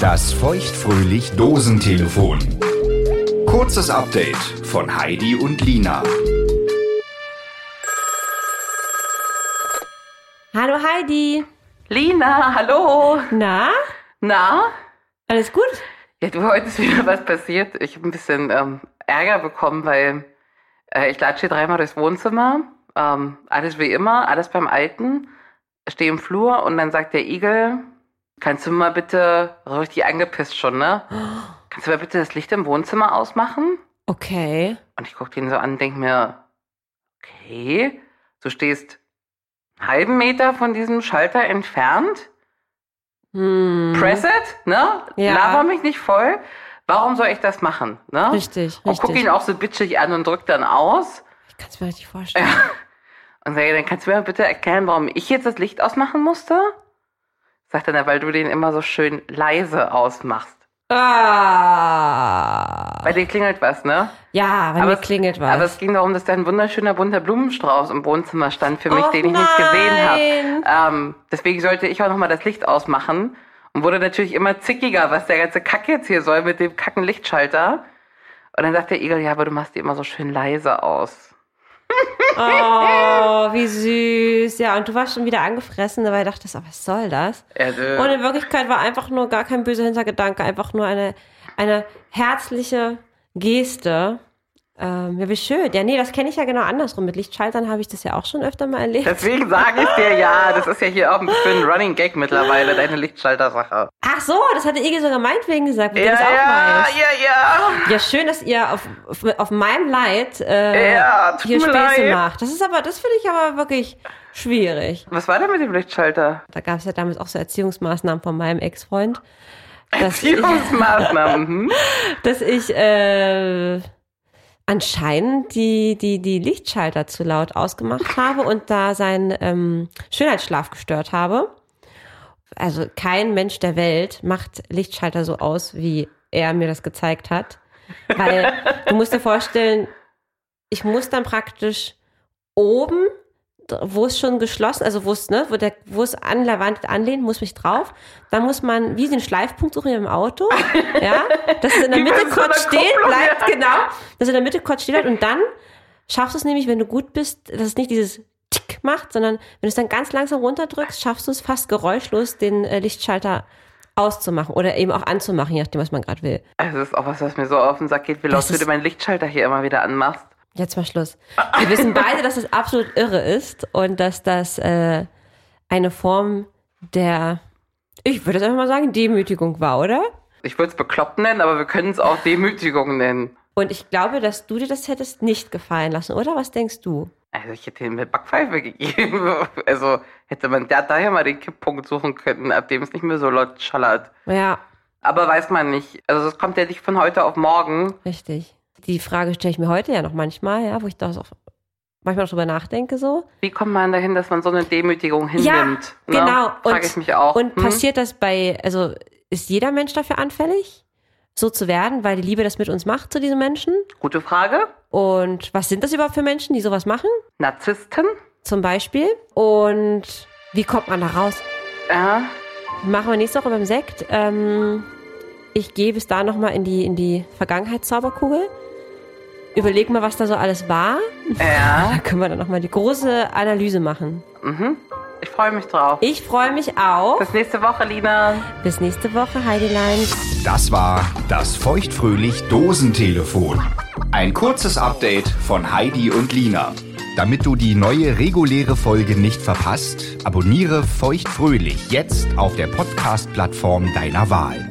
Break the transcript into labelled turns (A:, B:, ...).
A: Das feuchtfröhlich Dosentelefon. Kurzes Update von Heidi und Lina.
B: Hallo Heidi.
C: Lina, hallo.
B: Na?
C: Na?
B: Alles gut?
C: Ja, du, heute ist wieder was passiert. Ich habe ein bisschen ähm, Ärger bekommen, weil äh, ich latsche dreimal durchs Wohnzimmer. Ähm, alles wie immer, alles beim Alten. Stehe im Flur und dann sagt der Igel, kannst du mal bitte, so richtig angepisst schon, ne? Kannst du mal bitte das Licht im Wohnzimmer ausmachen?
B: Okay.
C: Und ich gucke den so an und denke mir, okay, du stehst einen halben Meter von diesem Schalter entfernt.
B: Hm.
C: Press it, ne?
B: Ja.
C: Laber mich nicht voll. Warum soll ich das machen? Ne?
B: Richtig,
C: Und guck ihn
B: richtig.
C: auch so bitchig an und drück dann aus
B: Ich kann es mir richtig vorstellen.
C: und sage, dann kannst du mir bitte erklären, warum ich jetzt das Licht ausmachen musste? Sagt er, na, weil du den immer so schön leise ausmachst.
B: Ah.
C: Bei dir klingelt was, ne?
B: Ja, bei mir
C: es-
B: klingelt was.
C: Aber es ging darum, dass da ein wunderschöner bunter Blumenstrauß im Wohnzimmer stand für mich,
B: Och,
C: den ich nicht
B: nein.
C: gesehen habe. Ähm, deswegen sollte ich auch nochmal das Licht ausmachen und wurde natürlich immer zickiger, was der ganze Kack jetzt hier soll mit dem kacken Lichtschalter. Und dann sagt der Igel, ja, aber du machst die immer so schön leise aus.
B: Oh, wie süß. Ja, und du warst schon wieder angefressen, dabei dachtest, du, was soll das?
C: Also,
B: Und in Wirklichkeit war einfach nur gar kein böser Hintergedanke, einfach nur eine, eine herzliche Geste. Ähm, ja, wie schön. Ja, nee, das kenne ich ja genau andersrum. Mit Lichtschaltern habe ich das ja auch schon öfter mal erlebt.
C: deswegen sage ich dir ja, das ist ja hier auch ein bisschen Running Gag mittlerweile, deine Lichtschalter-Sache.
B: Ach so, das hatte Igel sogar meinetwegen gesagt, wo
C: Ja,
B: du das auch
C: ja,
B: weißt.
C: ja, ja.
B: Ja, schön, dass ihr auf, auf, auf meinem Leid äh,
C: Ja, tut
B: hier
C: mir
B: Späße
C: leid.
B: macht. Das ist aber, das finde ich aber wirklich schwierig.
C: Was war denn mit dem Lichtschalter?
B: Da gab es ja damals auch so Erziehungsmaßnahmen von meinem Ex-Freund, dass ich,
C: Erziehungsmaßnahmen. Hm?
B: dass ich äh, anscheinend die, die, die Lichtschalter zu laut ausgemacht habe und da seinen ähm, Schönheitsschlaf gestört habe. Also kein Mensch der Welt macht Lichtschalter so aus, wie er mir das gezeigt hat. Weil du musst dir vorstellen, ich muss dann praktisch oben, d- wo es schon geschlossen, also wo es, ne, wo der, wo es an der Wand anlehnt, muss mich drauf. Dann muss man wie den Schleifpunkt suchen im Auto. ja, dass es in der
C: Wie
B: Mitte
C: bei so einer
B: kurz stehen
C: Kupplung,
B: bleibt,
C: ja.
B: genau. Dass es in der Mitte kurz stehen bleibt und dann schaffst du es nämlich, wenn du gut bist, dass es nicht dieses Tick macht, sondern wenn du es dann ganz langsam runterdrückst, schaffst du es fast geräuschlos, den äh, Lichtschalter auszumachen oder eben auch anzumachen, je nachdem, was man gerade will.
C: Also das ist auch was, was mir so auf den Sack geht, wie
B: Das
C: laut du
B: ist-
C: dir meinen Lichtschalter hier immer wieder anmachst.
B: Jetzt mal Schluss. Wir wissen beide, dass das absolut irre ist und dass das äh, eine Form der, ich würde es einfach mal sagen, Demütigung war, oder?
C: Ich würde es bekloppt nennen, aber wir können es auch Demütigung nennen.
B: Und ich glaube, dass du dir das hättest nicht gefallen lassen, oder? Was denkst du?
C: Also ich hätte ihm eine Backpfeife gegeben. Also hätte man da daher mal den Kipppunkt suchen können, ab dem es nicht mehr so laut schallert.
B: Ja,
C: Aber weiß man nicht. Also das kommt ja nicht von heute auf morgen.
B: richtig. Die Frage stelle ich mir heute ja noch manchmal, ja, wo ich da auch manchmal drüber nachdenke so.
C: Wie kommt man dahin, dass man so eine Demütigung
B: Ja,
C: hinnimmt?
B: genau. Und-
C: Frage ne? ich mich auch.
B: Und
C: Hm?
B: passiert das bei, also ist jeder Mensch dafür anfällig, so zu werden, weil die Liebe das mit uns macht zu diesen Menschen?
C: Gute Frage.
B: Und was sind das überhaupt für Menschen, die sowas machen?
C: Narzissten?
B: Zum Beispiel. Und wie kommt man da raus?
C: Ja.
B: Machen wir nächste Woche beim Sekt. Ähm, ich gehe bis da nochmal in die, in die Vergangenheitszauberkugel. Überleg mal, was da so alles war.
C: Ja.
B: Da können wir dann nochmal die große Analyse machen.
C: Mhm. Ich freue mich drauf.
B: Ich freue mich auch.
C: Bis nächste Woche, Lina.
B: Bis nächste Woche, Heidelein.
A: Das war das feuchtfröhlich Dosentelefon. Ein kurzes Update von Heidi und Lina. Damit du die neue reguläre Folge nicht verpasst, abonniere feuchtfröhlich jetzt auf der Podcast-Plattform deiner Wahl.